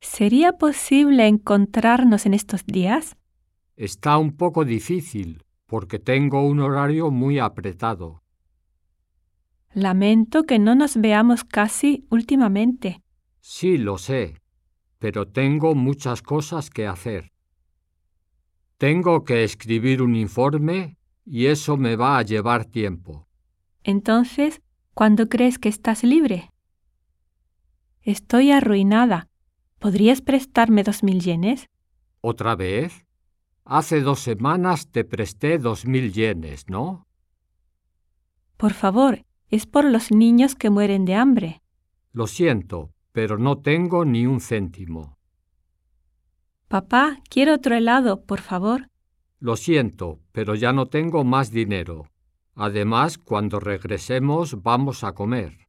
¿Sería posible encontrarnos en estos días? Está un poco difícil porque tengo un horario muy apretado. Lamento que no nos veamos casi últimamente. Sí, lo sé, pero tengo muchas cosas que hacer. Tengo que escribir un informe y eso me va a llevar tiempo. Entonces, ¿cuándo crees que estás libre? Estoy arruinada. ¿Podrías prestarme dos mil yenes? ¿Otra vez? Hace dos semanas te presté dos mil yenes, ¿no? Por favor, es por los niños que mueren de hambre. Lo siento, pero no tengo ni un céntimo. Papá, quiero otro helado, por favor. Lo siento, pero ya no tengo más dinero. Además, cuando regresemos vamos a comer.